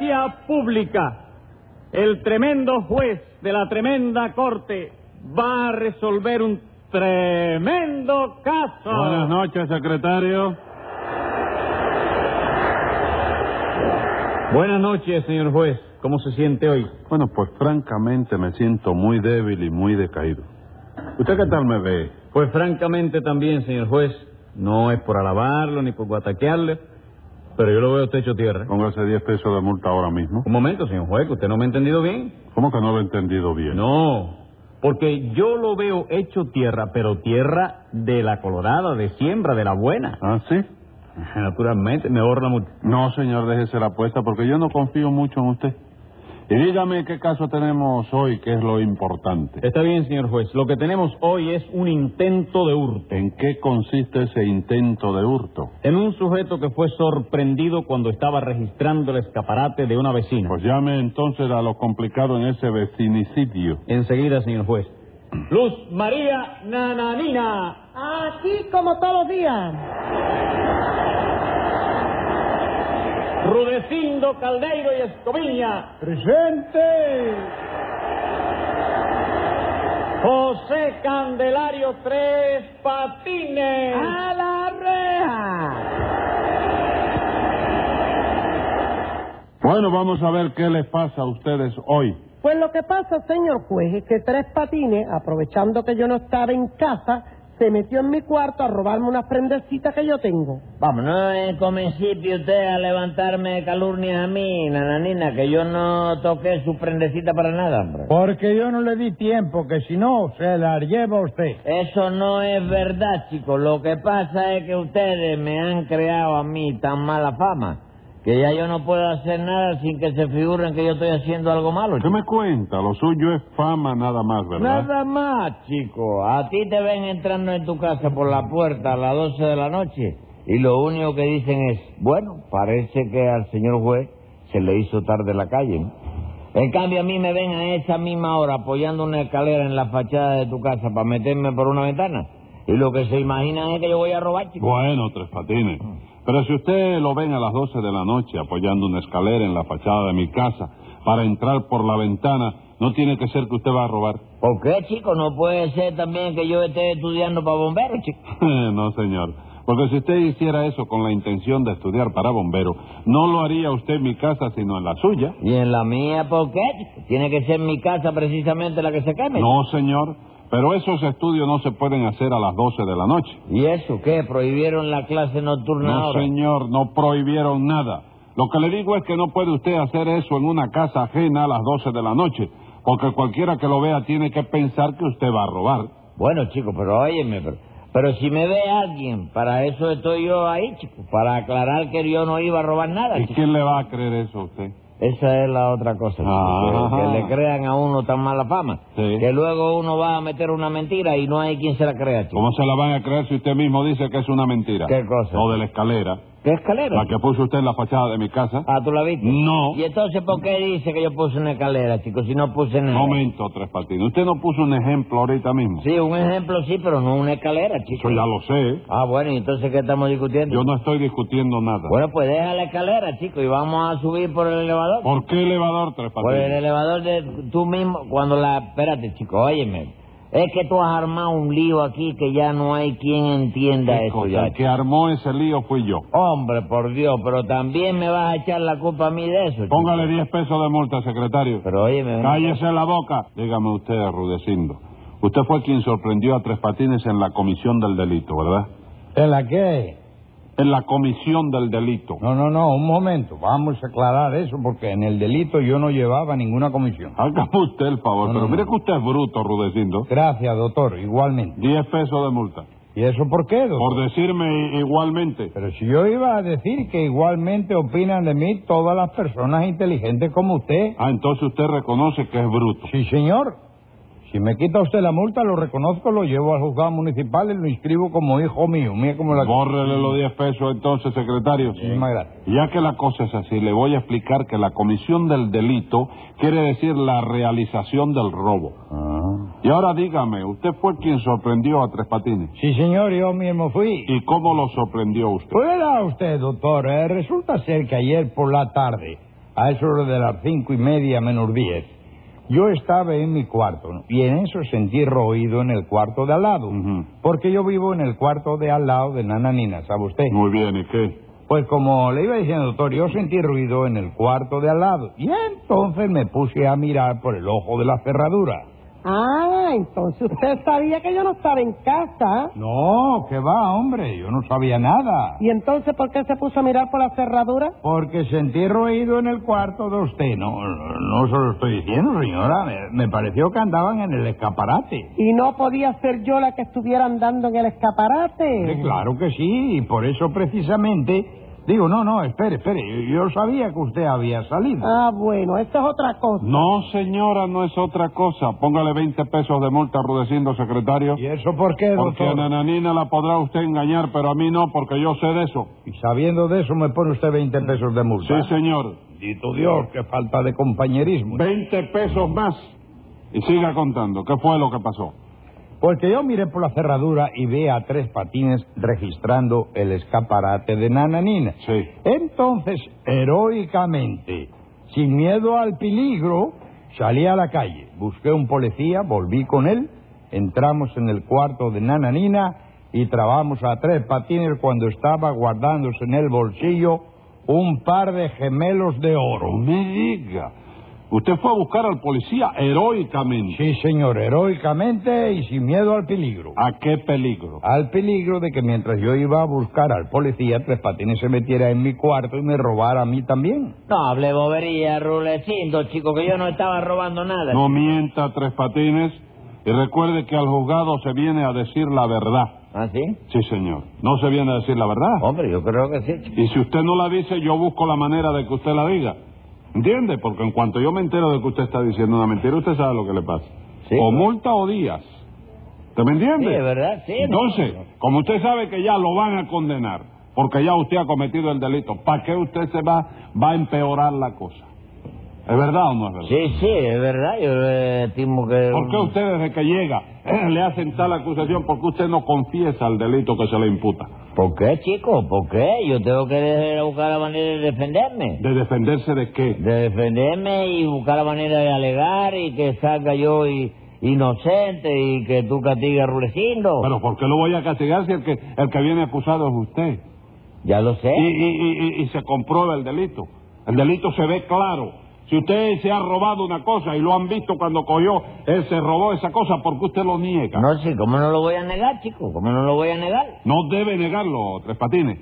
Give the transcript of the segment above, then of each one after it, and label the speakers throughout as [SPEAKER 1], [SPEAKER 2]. [SPEAKER 1] vida pública. El tremendo juez de la tremenda corte va a resolver un tremendo caso.
[SPEAKER 2] Buenas noches, secretario.
[SPEAKER 3] Buenas noches, señor juez. ¿Cómo se siente hoy?
[SPEAKER 2] Bueno, pues francamente me siento muy débil y muy decaído. ¿Usted qué tal me ve?
[SPEAKER 3] Pues francamente también, señor juez. No es por alabarlo ni por guataquearle, pero yo lo veo usted hecho tierra.
[SPEAKER 2] Póngase 10 pesos de multa ahora mismo.
[SPEAKER 3] Un momento, señor juez, que usted no me ha entendido bien.
[SPEAKER 2] ¿Cómo que no lo he entendido bien?
[SPEAKER 3] No, porque yo lo veo hecho tierra, pero tierra de la colorada, de siembra, de la buena.
[SPEAKER 2] ¿Ah, sí?
[SPEAKER 3] Naturalmente, me ahorra mucho.
[SPEAKER 2] No, señor, déjese la apuesta porque yo no confío mucho en usted. Y dígame qué caso tenemos hoy, que es lo importante.
[SPEAKER 3] Está bien, señor juez. Lo que tenemos hoy es un intento de hurto.
[SPEAKER 2] ¿En qué consiste ese intento de hurto?
[SPEAKER 3] En un sujeto que fue sorprendido cuando estaba registrando el escaparate de una vecina.
[SPEAKER 2] Pues llame entonces a lo complicado en ese vecinicidio.
[SPEAKER 3] Enseguida, señor juez.
[SPEAKER 1] Luz María Nananina.
[SPEAKER 4] Aquí como todos los días.
[SPEAKER 1] Rudecindo Caldeiro y Escoviña. Presente. José Candelario Tres Patines.
[SPEAKER 4] A la reja.
[SPEAKER 2] Bueno, vamos a ver qué les pasa a ustedes hoy.
[SPEAKER 4] Pues lo que pasa, señor juez, es que Tres Patines, aprovechando que yo no estaba en casa, se metió en mi cuarto a robarme unas prendecitas que yo tengo.
[SPEAKER 5] Vamos, no es comencipio usted a levantarme calurnias a mí, nananina, que yo no toqué su prendecita para nada, hombre.
[SPEAKER 6] Porque yo no le di tiempo, que si no, se la lleva usted.
[SPEAKER 5] Eso no es verdad, chicos. Lo que pasa es que ustedes me han creado a mí tan mala fama que ya yo no puedo hacer nada sin que se figuren que yo estoy haciendo algo malo.
[SPEAKER 2] ¿Qué Pues me cuenta? Lo suyo es fama nada más, ¿verdad?
[SPEAKER 5] Nada más, chico. A ti te ven entrando en tu casa por la puerta a las 12 de la noche y lo único que dicen es, bueno, parece que al señor juez se le hizo tarde la calle. ¿no? En cambio, a mí me ven a esa misma hora apoyando una escalera en la fachada de tu casa para meterme por una ventana. Y lo que se imaginan es que yo voy a robar, chico.
[SPEAKER 2] Bueno, Tres Patines. Pero si usted lo ven a las 12 de la noche apoyando una escalera en la fachada de mi casa para entrar por la ventana, no tiene que ser que usted va a robar.
[SPEAKER 5] ¿Por qué, chico? No puede ser también que yo esté estudiando para bombero, chico.
[SPEAKER 2] no, señor. Porque si usted hiciera eso con la intención de estudiar para bombero, no lo haría usted en mi casa, sino en la suya.
[SPEAKER 5] ¿Y en la mía por qué? chico? Tiene que ser mi casa precisamente la que se queme.
[SPEAKER 2] No, señor. Pero esos estudios no se pueden hacer a las 12 de la noche.
[SPEAKER 5] ¿Y eso qué? ¿Prohibieron la clase nocturna
[SPEAKER 2] No,
[SPEAKER 5] ahora?
[SPEAKER 2] señor, no prohibieron nada. Lo que le digo es que no puede usted hacer eso en una casa ajena a las 12 de la noche, porque cualquiera que lo vea tiene que pensar que usted va a robar.
[SPEAKER 5] Bueno, chico, pero óyeme, pero, pero si me ve alguien, para eso estoy yo ahí, chico, para aclarar que yo no iba a robar nada,
[SPEAKER 2] ¿Y
[SPEAKER 5] chico.
[SPEAKER 2] quién le va a creer eso a usted?
[SPEAKER 5] Esa es la otra cosa, chico,
[SPEAKER 2] Ajá.
[SPEAKER 5] que, que le crean a uno tan mala fama,
[SPEAKER 2] Sí.
[SPEAKER 5] que luego uno va a meter una mentira y no hay quien se la crea, chico.
[SPEAKER 2] ¿Cómo se la van a creer si usted mismo dice que es una mentira?
[SPEAKER 5] ¿Qué cosa?
[SPEAKER 2] Lo de la escalera,
[SPEAKER 5] ¿Qué escalera?
[SPEAKER 2] la que puso usted en la fachada de mi casa.
[SPEAKER 5] Ah, ¿tú la viste?
[SPEAKER 2] No.
[SPEAKER 5] ¿Y entonces por qué dice que yo puse una escalera, chico, si no puse nada?
[SPEAKER 2] Momento, Tres Patines. Usted no puso un ejemplo ahorita mismo.
[SPEAKER 5] Sí, un ejemplo sí, pero no una escalera, chico.
[SPEAKER 2] Eso ya lo sé.
[SPEAKER 5] Ah, bueno, ¿y entonces qué estamos discutiendo?
[SPEAKER 2] Yo no estoy discutiendo nada.
[SPEAKER 5] Bueno, pues deja la escalera, chico, y vamos a subir por el elevador.
[SPEAKER 2] ¿Por qué elevador, Tres
[SPEAKER 5] Por el
[SPEAKER 2] Patines?
[SPEAKER 5] elevador de tú mismo, cuando la... Espérate, chico, óyeme. Es que tú has armado un lío aquí que ya no hay quien entienda
[SPEAKER 2] Qué
[SPEAKER 5] eso
[SPEAKER 2] cosa,
[SPEAKER 5] ya.
[SPEAKER 2] el que armó ese lío fui yo.
[SPEAKER 5] chico. Hombre, por Dios, pero también me vas a echar la culpa a mí de eso. chico.
[SPEAKER 2] Póngale 10 pesos de multa, secretario.
[SPEAKER 5] Pero óyeme... una-
[SPEAKER 2] Cállese la boca. Dígame usted, Rudecindo. Usted fue quien sorprendió a Tres Patines en la comisión del delito, ¿verdad?
[SPEAKER 6] ¿De la qué?
[SPEAKER 2] En la comisión del delito.
[SPEAKER 6] No, no, no, un momento. Vamos a aclarar eso, porque en el delito yo no llevaba ninguna comisión.
[SPEAKER 2] Hágame usted el favor,
[SPEAKER 6] No,
[SPEAKER 2] pero
[SPEAKER 6] no,
[SPEAKER 2] mire
[SPEAKER 6] no.
[SPEAKER 2] que usted es bruto, Rudecindo.
[SPEAKER 6] Gracias, doctor, igualmente.
[SPEAKER 2] 10 pesos de multa.
[SPEAKER 6] ¿Y eso por qué, doctor?
[SPEAKER 2] Por decirme i- igualmente.
[SPEAKER 6] Pero si yo iba a decir que igualmente opinan de mí todas las personas inteligentes como usted.
[SPEAKER 2] Ah, entonces usted reconoce que es bruto.
[SPEAKER 6] Sí, señor. Si me quita usted la multa, lo reconozco, lo llevo al juzgado municipal y lo inscribo como hijo mío. Mire como la...
[SPEAKER 2] Bórrele los 10 pesos entonces, secretario.
[SPEAKER 6] Muchísimas gracias.
[SPEAKER 2] Ya que la cosa es así, le voy a explicar que la comisión del delito quiere decir la realización del robo.
[SPEAKER 6] Ah.
[SPEAKER 2] Y ahora dígame, usted fue quien sorprendió a Tres Patines.
[SPEAKER 6] Sí, señor, yo mismo fui.
[SPEAKER 2] ¿Y cómo lo sorprendió usted?
[SPEAKER 6] Pues verá usted, doctor, eh, resulta ser que ayer por la tarde a eso de las cinco y media menos diez. Yo estaba en mi cuarto ¿no? y en eso sentí roído en el cuarto de al lado,
[SPEAKER 2] Ujú.
[SPEAKER 6] porque yo vivo en el cuarto de al lado de Nananina, ¿sabe usted?
[SPEAKER 2] Muy bien, ¿y qué?
[SPEAKER 6] Pues como le iba diciendo, doctor, yo sentí ruido en el cuarto de al lado y entonces me puse a mirar por el ojo de la cerradura.
[SPEAKER 4] Ah, entonces usted sabía que yo no estaba en casa.
[SPEAKER 6] No, que va, hombre, yo no sabía nada.
[SPEAKER 4] ¿Y entonces por qué se puso a mirar por la cerradura?
[SPEAKER 6] Porque sentí ruido en el cuarto de usted. No, no se lo estoy diciendo, señora. Me, me pareció que andaban en el escaparate.
[SPEAKER 4] Y no podía ser yo la que estuviera andando en el escaparate.
[SPEAKER 6] Sí, claro que sí, y por eso precisamente digo, no, no, espere, espere. Yo sabía que usted había salido.
[SPEAKER 4] Ah, bueno, esa es otra cosa.
[SPEAKER 2] No, señora, no es otra cosa. Póngale 20 pesos de multa, Rudecindo, secretario.
[SPEAKER 6] ¿Y eso por qué,
[SPEAKER 2] Porque a
[SPEAKER 6] doctor?
[SPEAKER 2] Nananina la podrá usted engañar, pero a mí no, porque yo sé de eso.
[SPEAKER 6] Y sabiendo de eso me pone usted 20 pesos de multa.
[SPEAKER 2] Sí, señor.
[SPEAKER 6] Bendito Dios, qué falta de compañerismo.
[SPEAKER 2] 20 pesos más. Y siga contando, ¿qué fue lo que pasó?
[SPEAKER 6] Porque yo miré por la cerradura y vi a tres patines registrando el escaparate de Nananina.
[SPEAKER 2] Sí.
[SPEAKER 6] Entonces, heroicamente, sin miedo al peligro, salí a la calle. Busqué un policía, volví con él, entramos en el cuarto de Nananina y trabamos a tres patines cuando estaba guardándose en el bolsillo un par de gemelos de oro.
[SPEAKER 2] No me diga. Usted fue a buscar al policía heroicamente.
[SPEAKER 6] Sí, señor, heroicamente y sin miedo al peligro.
[SPEAKER 2] ¿A qué peligro?
[SPEAKER 6] al peligro de que mientras yo iba a buscar al policía, Tres Patines se metiera en mi cuarto y me robara a mí también.
[SPEAKER 5] No hable bobería, Rulecindo, chico, que yo no estaba robando nada.
[SPEAKER 2] No mienta, Tres Patines, y recuerde que al juzgado se viene a decir la verdad.
[SPEAKER 5] ¿Ah, sí?
[SPEAKER 2] Sí, señor. No se viene a decir la verdad.
[SPEAKER 5] Hombre, yo creo que sí. chico.
[SPEAKER 2] Y si usted no la dice, yo busco la manera de que usted la diga. ¿Entiende? Porque en cuanto yo me entero de que usted está diciendo una mentira, usted sabe lo que le pasa.
[SPEAKER 5] Sí.
[SPEAKER 2] O multa o días. ¿Usted me entiende?
[SPEAKER 5] Sí, es verdad, sí.
[SPEAKER 2] Entonces, como usted sabe que ya lo van a condenar, porque ya usted ha cometido el delito, ¿para qué usted se va, va a empeorar la cosa? ¿Es verdad o no es verdad?
[SPEAKER 5] Sí, sí, es verdad, yo eh, estimo que...
[SPEAKER 2] ¿Por qué usted desde que llega eh, le hacen tal acusación? Porque usted no confiesa el delito que se le imputa.
[SPEAKER 5] ¿Por qué, chico? ¿Por qué? Yo tengo que de- buscar la manera de defenderme.
[SPEAKER 2] ¿De defenderse de qué?
[SPEAKER 5] De defenderme y buscar la manera de alegar y que salga yo i- inocente y que tú castigues a Rulecindo.
[SPEAKER 2] Pero ¿por qué lo voy a castigar si el que, el que viene acusado es usted?
[SPEAKER 5] Ya lo sé.
[SPEAKER 2] Y, y- y- y- y se comprueba el delito. El delito se ve claro. Si usted se ha robado una cosa y lo han visto cuando cogió, él se robó esa cosa, ¿por qué usted lo niega?
[SPEAKER 5] No, sí, ¿cómo no lo voy a negar, chico? ¿Cómo no lo voy a negar?
[SPEAKER 2] No debe negarlo, Tres Patines.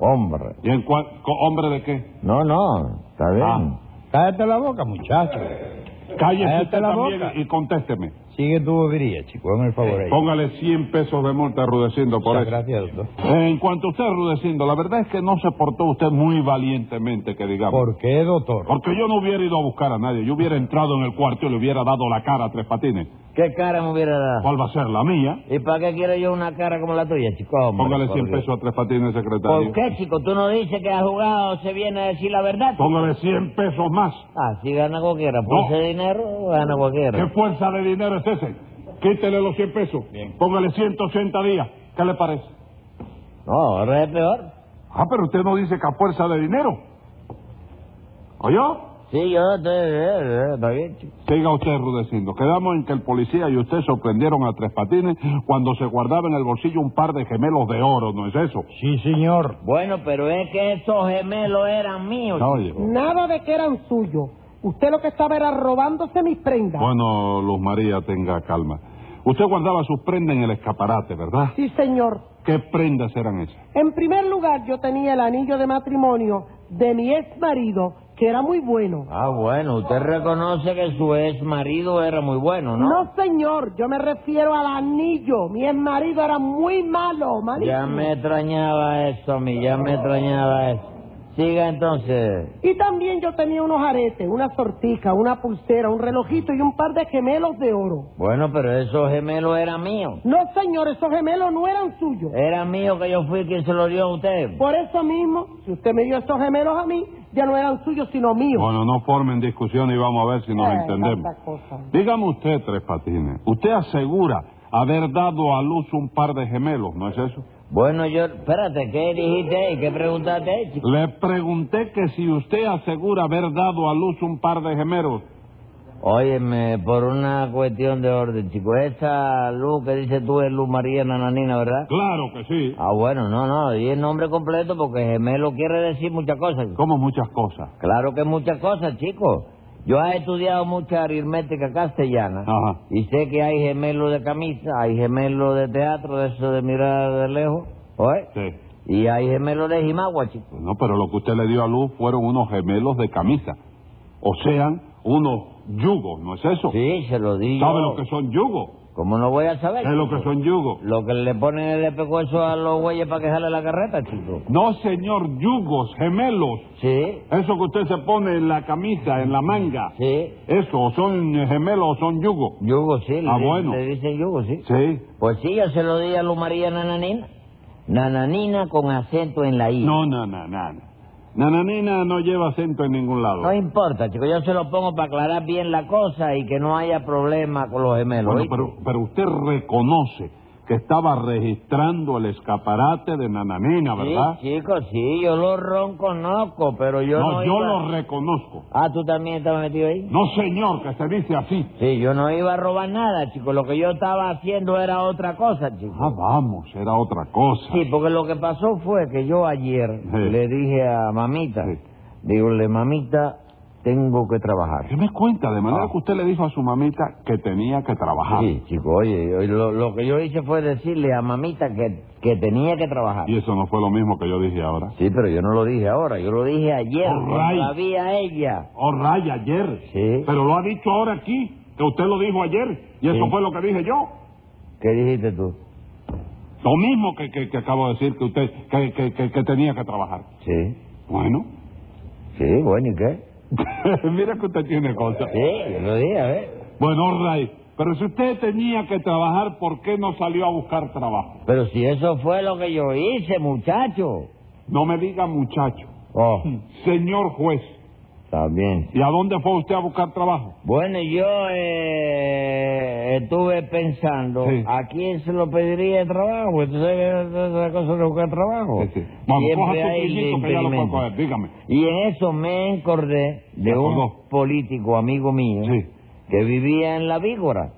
[SPEAKER 5] Hombre.
[SPEAKER 2] ¿Y en cua- co- hombre de qué?
[SPEAKER 5] No, no, está bien.
[SPEAKER 2] Ah.
[SPEAKER 6] Cállate la boca, muchacho.
[SPEAKER 2] Cállese
[SPEAKER 6] Cállate
[SPEAKER 2] usted
[SPEAKER 6] la
[SPEAKER 2] también
[SPEAKER 6] boca.
[SPEAKER 2] y contésteme.
[SPEAKER 6] Sigue tu bobería, chico, hazme el favor ahí.
[SPEAKER 2] Póngale 100 pesos de multa Rudecindo por
[SPEAKER 6] Muchas
[SPEAKER 2] eso.
[SPEAKER 6] gracias, doctor.
[SPEAKER 2] En cuanto a usted, Rudecindo, la verdad es que no se portó usted muy valientemente, que digamos.
[SPEAKER 6] ¿Por qué, doctor?
[SPEAKER 2] Porque yo no hubiera ido a buscar a nadie. Yo hubiera entrado en el cuarto y le hubiera dado la cara a Tres Patines.
[SPEAKER 5] ¿Qué cara me hubiera
[SPEAKER 6] Ah.
[SPEAKER 5] dado?
[SPEAKER 2] ¿Cuál va a ser la mía?
[SPEAKER 5] ¿Y para qué quiero yo una cara como la tuya, chico? Hombre,
[SPEAKER 2] Póngale
[SPEAKER 5] por
[SPEAKER 2] 100
[SPEAKER 5] Dios.
[SPEAKER 2] pesos a Tres Patines, secretario.
[SPEAKER 5] ¿Por qué, chico? ¿Tú no dices que has jugado se viene a decir la verdad? chico?
[SPEAKER 2] Póngale 100 pesos más.
[SPEAKER 5] Ah, si gana cualquiera. Por
[SPEAKER 2] No.
[SPEAKER 5] ese dinero, gana
[SPEAKER 2] ¿Qué
[SPEAKER 5] cualquiera.
[SPEAKER 2] fuerza de dinero es ese? Quítele los 100 pesos. Póngale 180 días. ¿Qué le parece?
[SPEAKER 5] No, ahora es peor.
[SPEAKER 2] Ah, pero usted no dice que a fuerza de dinero. ¿Oyó?
[SPEAKER 5] Sí, yo estoy... eh, eh, Está bien, chico.
[SPEAKER 2] Siga usted rudeciendo. Quedamos en que el policía y usted sorprendieron a Tres Patines cuando se guardaba en el bolsillo un par de gemelos de oro, ¿no es eso?
[SPEAKER 6] Sí, señor.
[SPEAKER 5] Bueno, pero es que esos gemelos eran míos.
[SPEAKER 2] No,
[SPEAKER 5] chico.
[SPEAKER 2] oye.
[SPEAKER 4] Nada de que eran suyos. Usted lo que estaba era robándose mis prendas.
[SPEAKER 2] Bueno, Luz María, tenga calma. Usted guardaba sus prendas en el escaparate, ¿verdad?
[SPEAKER 4] Sí, señor.
[SPEAKER 2] ¿Qué prendas eran esas?
[SPEAKER 4] En primer lugar, yo tenía el anillo de matrimonio de mi ex marido, que era muy bueno.
[SPEAKER 5] Ah, bueno, usted reconoce que su ex marido era muy bueno, ¿no?
[SPEAKER 4] No, señor, yo me refiero al anillo. Mi ex marido era muy malo, malísimo.
[SPEAKER 5] Ya me extrañaba eso a mí, ya me extrañaba eso. Siga entonces.
[SPEAKER 4] Y también yo tenía unos aretes, una sortija, una pulsera, un relojito y un par de gemelos de oro.
[SPEAKER 5] Bueno, pero esos gemelos eran míos.
[SPEAKER 4] No, señor, esos gemelos no eran suyos.
[SPEAKER 5] Era mío que yo fui quien se los dio a usted.
[SPEAKER 4] Por eso mismo, si usted me dio esos gemelos a mí, ya no eran suyos, sino míos.
[SPEAKER 2] Bueno, no formen discusión y vamos a ver si nos
[SPEAKER 4] Eh,
[SPEAKER 2] entendemos.
[SPEAKER 4] tanta cosa.
[SPEAKER 2] Dígame usted, Tres Patines, usted asegura haber dado a luz un par de gemelos, ¿no es eso?
[SPEAKER 5] Bueno, yo... Espérate, ¿qué dijiste y qué preguntaste, chico?
[SPEAKER 2] Le pregunté que si usted asegura haber dado a luz un par de gemelos.
[SPEAKER 5] Óyeme, por una cuestión de orden, chico. Esa luz que dices tú es Luz María Nananina, ¿verdad?
[SPEAKER 2] Claro que sí.
[SPEAKER 5] Ah, bueno, no, no, y el nombre completo porque gemelo quiere decir muchas cosas. chico.
[SPEAKER 2] Como muchas cosas.
[SPEAKER 5] Claro que muchas cosas, chico. Yo he estudiado mucha aritmética castellana
[SPEAKER 2] Ajá.
[SPEAKER 5] y sé que hay gemelos de camisa, hay gemelos de teatro, de eso de mirar de lejos, ¿oye?
[SPEAKER 2] Sí.
[SPEAKER 5] Y hay gemelos de Jimagua, chico.
[SPEAKER 2] No, pero lo que usted le dio a luz fueron unos gemelos de camisa. O sean, unos yugos, ¿no es eso?
[SPEAKER 5] Sí, se lo digo.
[SPEAKER 2] ¿Sabe lo que son yugos?
[SPEAKER 5] ¿Cómo no voy a saber?
[SPEAKER 2] Es lo
[SPEAKER 5] chico?
[SPEAKER 2] que son yugos.
[SPEAKER 5] Lo que le ponen el especuezo a los güeyes para que jale la carreta, chico.
[SPEAKER 2] No, señor, yugos, gemelos.
[SPEAKER 5] Sí,
[SPEAKER 2] Eso que usted se pone en la camisa, en la manga.
[SPEAKER 5] sí.
[SPEAKER 2] Eso, o son gemelos o son yugos.
[SPEAKER 5] Yugo, sí. le
[SPEAKER 2] Ah,
[SPEAKER 5] di-
[SPEAKER 2] bueno.
[SPEAKER 5] Le dicen yugo, sí.
[SPEAKER 2] Sí.
[SPEAKER 5] Pues sí, yo se lo di a Luz María Nananina. Nananina con acento en la I.
[SPEAKER 2] No, no, no, no. no. Nananina no lleva acento en ningún lado.
[SPEAKER 5] No importa, chico. Yo se lo pongo para aclarar bien la cosa y que no haya problema con los gemelos.
[SPEAKER 2] Bueno, pues,
[SPEAKER 5] ¿oíste?
[SPEAKER 2] pero, pero usted reconoce que estaba registrando el escaparate de Nananina, ¿verdad?
[SPEAKER 5] Sí, chico, sí. Yo lo reconozco, pero yo no,
[SPEAKER 2] no, yo
[SPEAKER 5] iba-
[SPEAKER 2] lo reconozco.
[SPEAKER 5] Ah, ¿tú también estabas metido ahí?
[SPEAKER 2] No, señor, que se dice así.
[SPEAKER 5] Sí, yo no iba a robar nada, chico. Lo que yo estaba haciendo era otra cosa, chico.
[SPEAKER 2] Ah, vamos, era otra cosa.
[SPEAKER 5] Sí, porque lo que pasó fue que yo ayer
[SPEAKER 2] Sí.
[SPEAKER 5] le dije a mamita,
[SPEAKER 2] Sí.
[SPEAKER 5] dígole, mamita, tengo que
[SPEAKER 2] ¿Qué
[SPEAKER 5] trabajar.
[SPEAKER 2] me cuenta? De manera
[SPEAKER 5] Ah.
[SPEAKER 2] que usted le dijo a su mamita que tenía que trabajar.
[SPEAKER 5] Sí, chico, oye, yo- lo, lo que yo hice fue decirle a mamita que, que tenía que trabajar.
[SPEAKER 2] Y eso no fue lo mismo que yo dije ahora.
[SPEAKER 5] Sí, pero yo no lo dije ahora, yo lo dije ayer,
[SPEAKER 2] All
[SPEAKER 5] cuando
[SPEAKER 2] right.
[SPEAKER 5] la vi a ella.
[SPEAKER 2] Oh, Ray, ayer.
[SPEAKER 5] Sí.
[SPEAKER 2] Pero lo ha dicho ahora aquí, que usted lo dijo ayer. Y eso
[SPEAKER 5] Sí.
[SPEAKER 2] fue lo que dije yo.
[SPEAKER 5] ¿Qué dijiste tú?
[SPEAKER 2] Lo mismo que, que, que acabo de decir que usted que, que, que- que tenía que trabajar.
[SPEAKER 5] Sí,
[SPEAKER 2] Bueno.
[SPEAKER 5] sí, bueno, ¿y qué?
[SPEAKER 2] Mira que usted tiene cosas.
[SPEAKER 5] Sí, yo lo dije, a ver.
[SPEAKER 2] Bueno, Ray, pero si usted tenía que trabajar, ¿por qué no salió a buscar trabajo?
[SPEAKER 5] Pero si eso fue lo que yo hice, muchacho.
[SPEAKER 2] No me diga muchacho.
[SPEAKER 5] Oh,
[SPEAKER 2] Señor juez,
[SPEAKER 5] está bien.
[SPEAKER 2] ¿y a dónde fue usted a buscar trabajo?
[SPEAKER 5] Bueno, yo eh, estuve pensando
[SPEAKER 2] Sí.
[SPEAKER 5] a quién se lo pediría el trabajo. Pues, Entonces, otra cosa de buscar trabajo.
[SPEAKER 2] Vamos, coja
[SPEAKER 5] Oh, Siempre
[SPEAKER 2] su
[SPEAKER 5] hay
[SPEAKER 2] trillito que ya lo puedo
[SPEAKER 5] impedimento.
[SPEAKER 2] coger, dígame.
[SPEAKER 5] Y en eso me encordé
[SPEAKER 2] ¿Se
[SPEAKER 5] de un
[SPEAKER 2] acordó?
[SPEAKER 5] político amigo mío
[SPEAKER 2] Sí.
[SPEAKER 5] que vivía en La Vígora.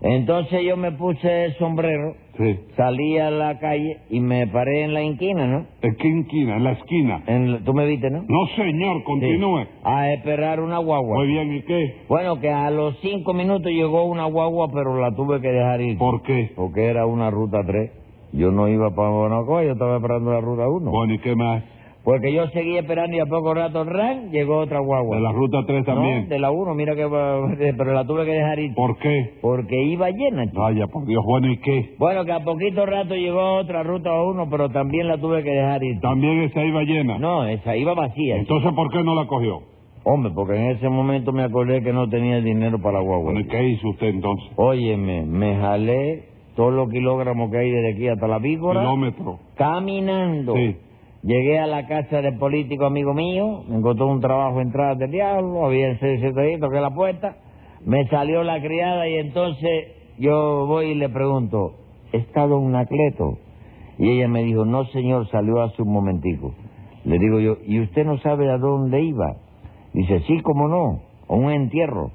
[SPEAKER 5] Entonces yo me puse el sombrero,
[SPEAKER 2] Sí.
[SPEAKER 5] salí a la calle y me paré en la inquina, ¿no?
[SPEAKER 2] ¿En qué esquina? En la esquina.
[SPEAKER 5] En la- Tú me viste, ¿no?
[SPEAKER 2] No, señor, continúe.
[SPEAKER 5] Eh. Sí. A esperar una guagua.
[SPEAKER 2] Muy bien, ¿y qué?
[SPEAKER 5] Bueno, que a los cinco minutos llegó una guagua, pero la tuve que dejar ir.
[SPEAKER 2] ¿Por qué?
[SPEAKER 5] Porque era una ruta 3. Yo no iba para Bonacó, yo estaba esperando la ruta 1.
[SPEAKER 2] Bueno, ¿y qué más?
[SPEAKER 5] Porque yo seguí esperando y a poco rato, ran, llegó otra guagua.
[SPEAKER 2] De la ruta 3
[SPEAKER 5] No,
[SPEAKER 2] también.
[SPEAKER 5] de la 1, mira que... va- Pero la tuve que dejar ir.
[SPEAKER 2] ¿Por qué?
[SPEAKER 5] Porque iba llena, chico.
[SPEAKER 2] Vaya, por Dios, bueno, ¿y qué?
[SPEAKER 5] Bueno, que a poquito rato llegó otra ruta 1, pero también la tuve que dejar ir.
[SPEAKER 2] También esa iba llena.
[SPEAKER 5] No, esa iba vacía. chico.
[SPEAKER 2] Entonces, ¿por qué no la cogió?
[SPEAKER 5] Hombre, porque en ese momento me acordé que no tenía el dinero para la guagua.
[SPEAKER 2] Bueno, ¿y qué hizo usted entonces?
[SPEAKER 5] Óyeme, me jalé todos los kilogramos que hay desde aquí hasta la víbora,
[SPEAKER 2] Kilómetro.
[SPEAKER 5] caminando.
[SPEAKER 2] Sí.
[SPEAKER 5] Llegué a la casa del político amigo mío, me encontró un trabajo entrada del diablo, había el ahí, toqué la puerta, me salió la criada y entonces yo voy y le pregunto, ¿está don Anacleto? Y ella me dijo, no señor, salió hace un momentico. Le digo yo, ¿y usted no sabe a dónde iba? Dice, sí, cómo no, a un entierro.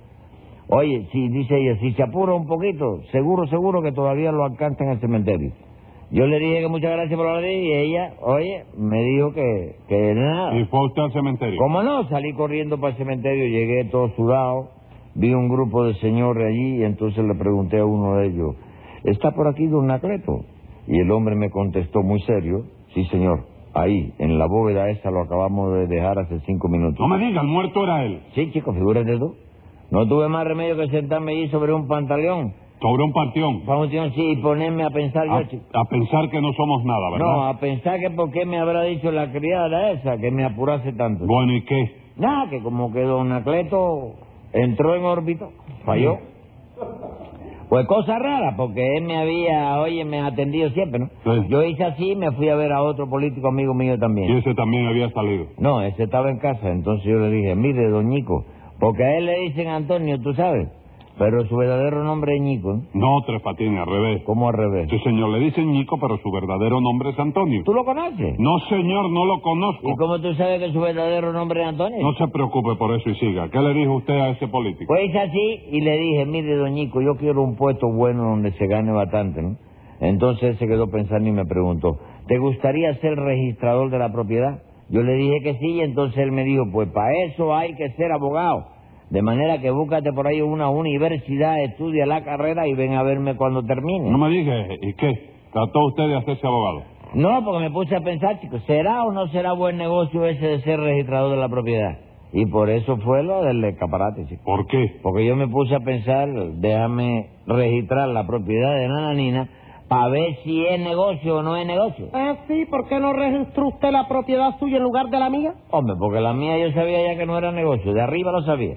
[SPEAKER 5] Oye, si dice ella, si se apura un poquito, seguro, seguro que todavía lo alcanza en el cementerio. Yo le dije que muchas gracias por hablar y ella, oye, me dijo que, que nada.
[SPEAKER 2] ¿Y fue usted al cementerio?
[SPEAKER 5] Ah. ¿Cómo no? Salí corriendo para el cementerio, llegué todo sudado, vi un grupo de señores allí y entonces le pregunté a uno de ellos, ¿está por aquí don Anacleto? Y el hombre me contestó muy serio, sí señor, ahí, en la bóveda esa lo acabamos de dejar hace cinco minutos.
[SPEAKER 2] No me diga, el muerto era él.
[SPEAKER 5] Sí, chico, figúrate tú. No tuve más remedio que sentarme allí sobre un pantaleón,
[SPEAKER 2] Sobre un panteón.
[SPEAKER 5] panteón sí, y ponerme a pensar yo, chico.
[SPEAKER 2] A, a pensar que no somos nada, Ah, ¿verdad?
[SPEAKER 5] No, ah. a pensar que por qué me habrá dicho la criada esa que me apurase tanto.
[SPEAKER 2] Bueno, ¿y qué?
[SPEAKER 5] Nada, que como que don Anacleto entró en órbita, falló. Pues cosa rara, porque él me había, oye, me ha atendido siempre, ¿no?
[SPEAKER 2] Sí.
[SPEAKER 5] Yo hice así y me fui a ver a otro político amigo mío también.
[SPEAKER 2] Y ese también había salido.
[SPEAKER 5] No, ese estaba en casa, entonces yo le dije, mire, doñico, porque a él le dicen Antonio, tú sabes, Pero su verdadero nombre es Ñico, ¿eh?
[SPEAKER 2] No, Tres Patines, al revés.
[SPEAKER 5] ¿Cómo al revés?
[SPEAKER 2] Sí, señor, le dicen Ñico, pero su verdadero nombre es Antonio.
[SPEAKER 5] ¿Tú lo conoces?
[SPEAKER 2] No, señor, no lo
[SPEAKER 5] ¿Y
[SPEAKER 2] conozco.
[SPEAKER 5] cómo tú sabes que su verdadero nombre es Antonio?
[SPEAKER 2] No se preocupe por eso y siga. ¿Qué le dijo usted a ese político?
[SPEAKER 5] Pues así, y le dije, mire, doñico, yo quiero un puesto bueno donde se gane bastante, ¿no? Entonces él se quedó pensando y me preguntó, ¿te gustaría ser registrador de la propiedad? Yo le dije que sí, y entonces él me dijo, pues para eso hay que ser abogado. De manera que búscate por ahí una universidad, estudia la carrera y ven a verme cuando termine.
[SPEAKER 2] No me dije, ¿y qué? ¿Trató usted de hacerse abogado?
[SPEAKER 5] No, porque me puse a pensar, chicos, ¿será o no será buen negocio ese de ser registrador de la propiedad? Y por eso fue lo del escaparate, chicos.
[SPEAKER 2] ¿Por qué?
[SPEAKER 5] Porque yo me puse a pensar, déjame registrar la propiedad de Nananina para ver si es negocio o no es negocio.
[SPEAKER 4] Ah, sí, ¿por qué no registró usted la propiedad suya en lugar de la mía?
[SPEAKER 5] Hombre, porque la mía yo sabía ya que no era negocio, de arriba lo sabía.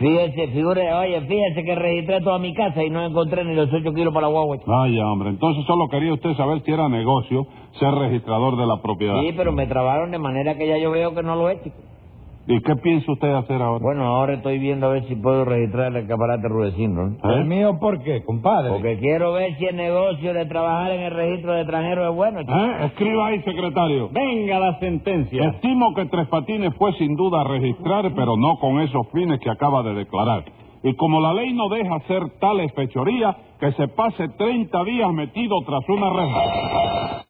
[SPEAKER 5] Fíjese, figure, oye, fíjese que registré toda mi casa y no encontré ni los ocho kilos para la guagua.
[SPEAKER 2] Vaya, hombre, entonces solo quería usted saber si era negocio ser registrador de la propiedad.
[SPEAKER 5] Sí, pero me trabaron de manera que ya yo veo que no lo es, chico.
[SPEAKER 2] ¿Y qué piensa usted hacer ahora?
[SPEAKER 5] Bueno, ahora estoy viendo a ver si puedo registrar el escaparate rudecindo, ¿no?
[SPEAKER 2] ¿Eh?
[SPEAKER 6] ¿El mío por qué, compadre?
[SPEAKER 5] Porque quiero ver si el negocio de trabajar en el registro de extranjeros es bueno, chico.
[SPEAKER 2] ¿Eh? Escriba ahí, secretario.
[SPEAKER 1] Venga la sentencia.
[SPEAKER 2] Estimo que Tres Patines fue sin duda a registrar, pero no con esos fines que acaba de declarar. Y como la ley no deja hacer tales fechorías, que se pase 30 días metido tras una reja.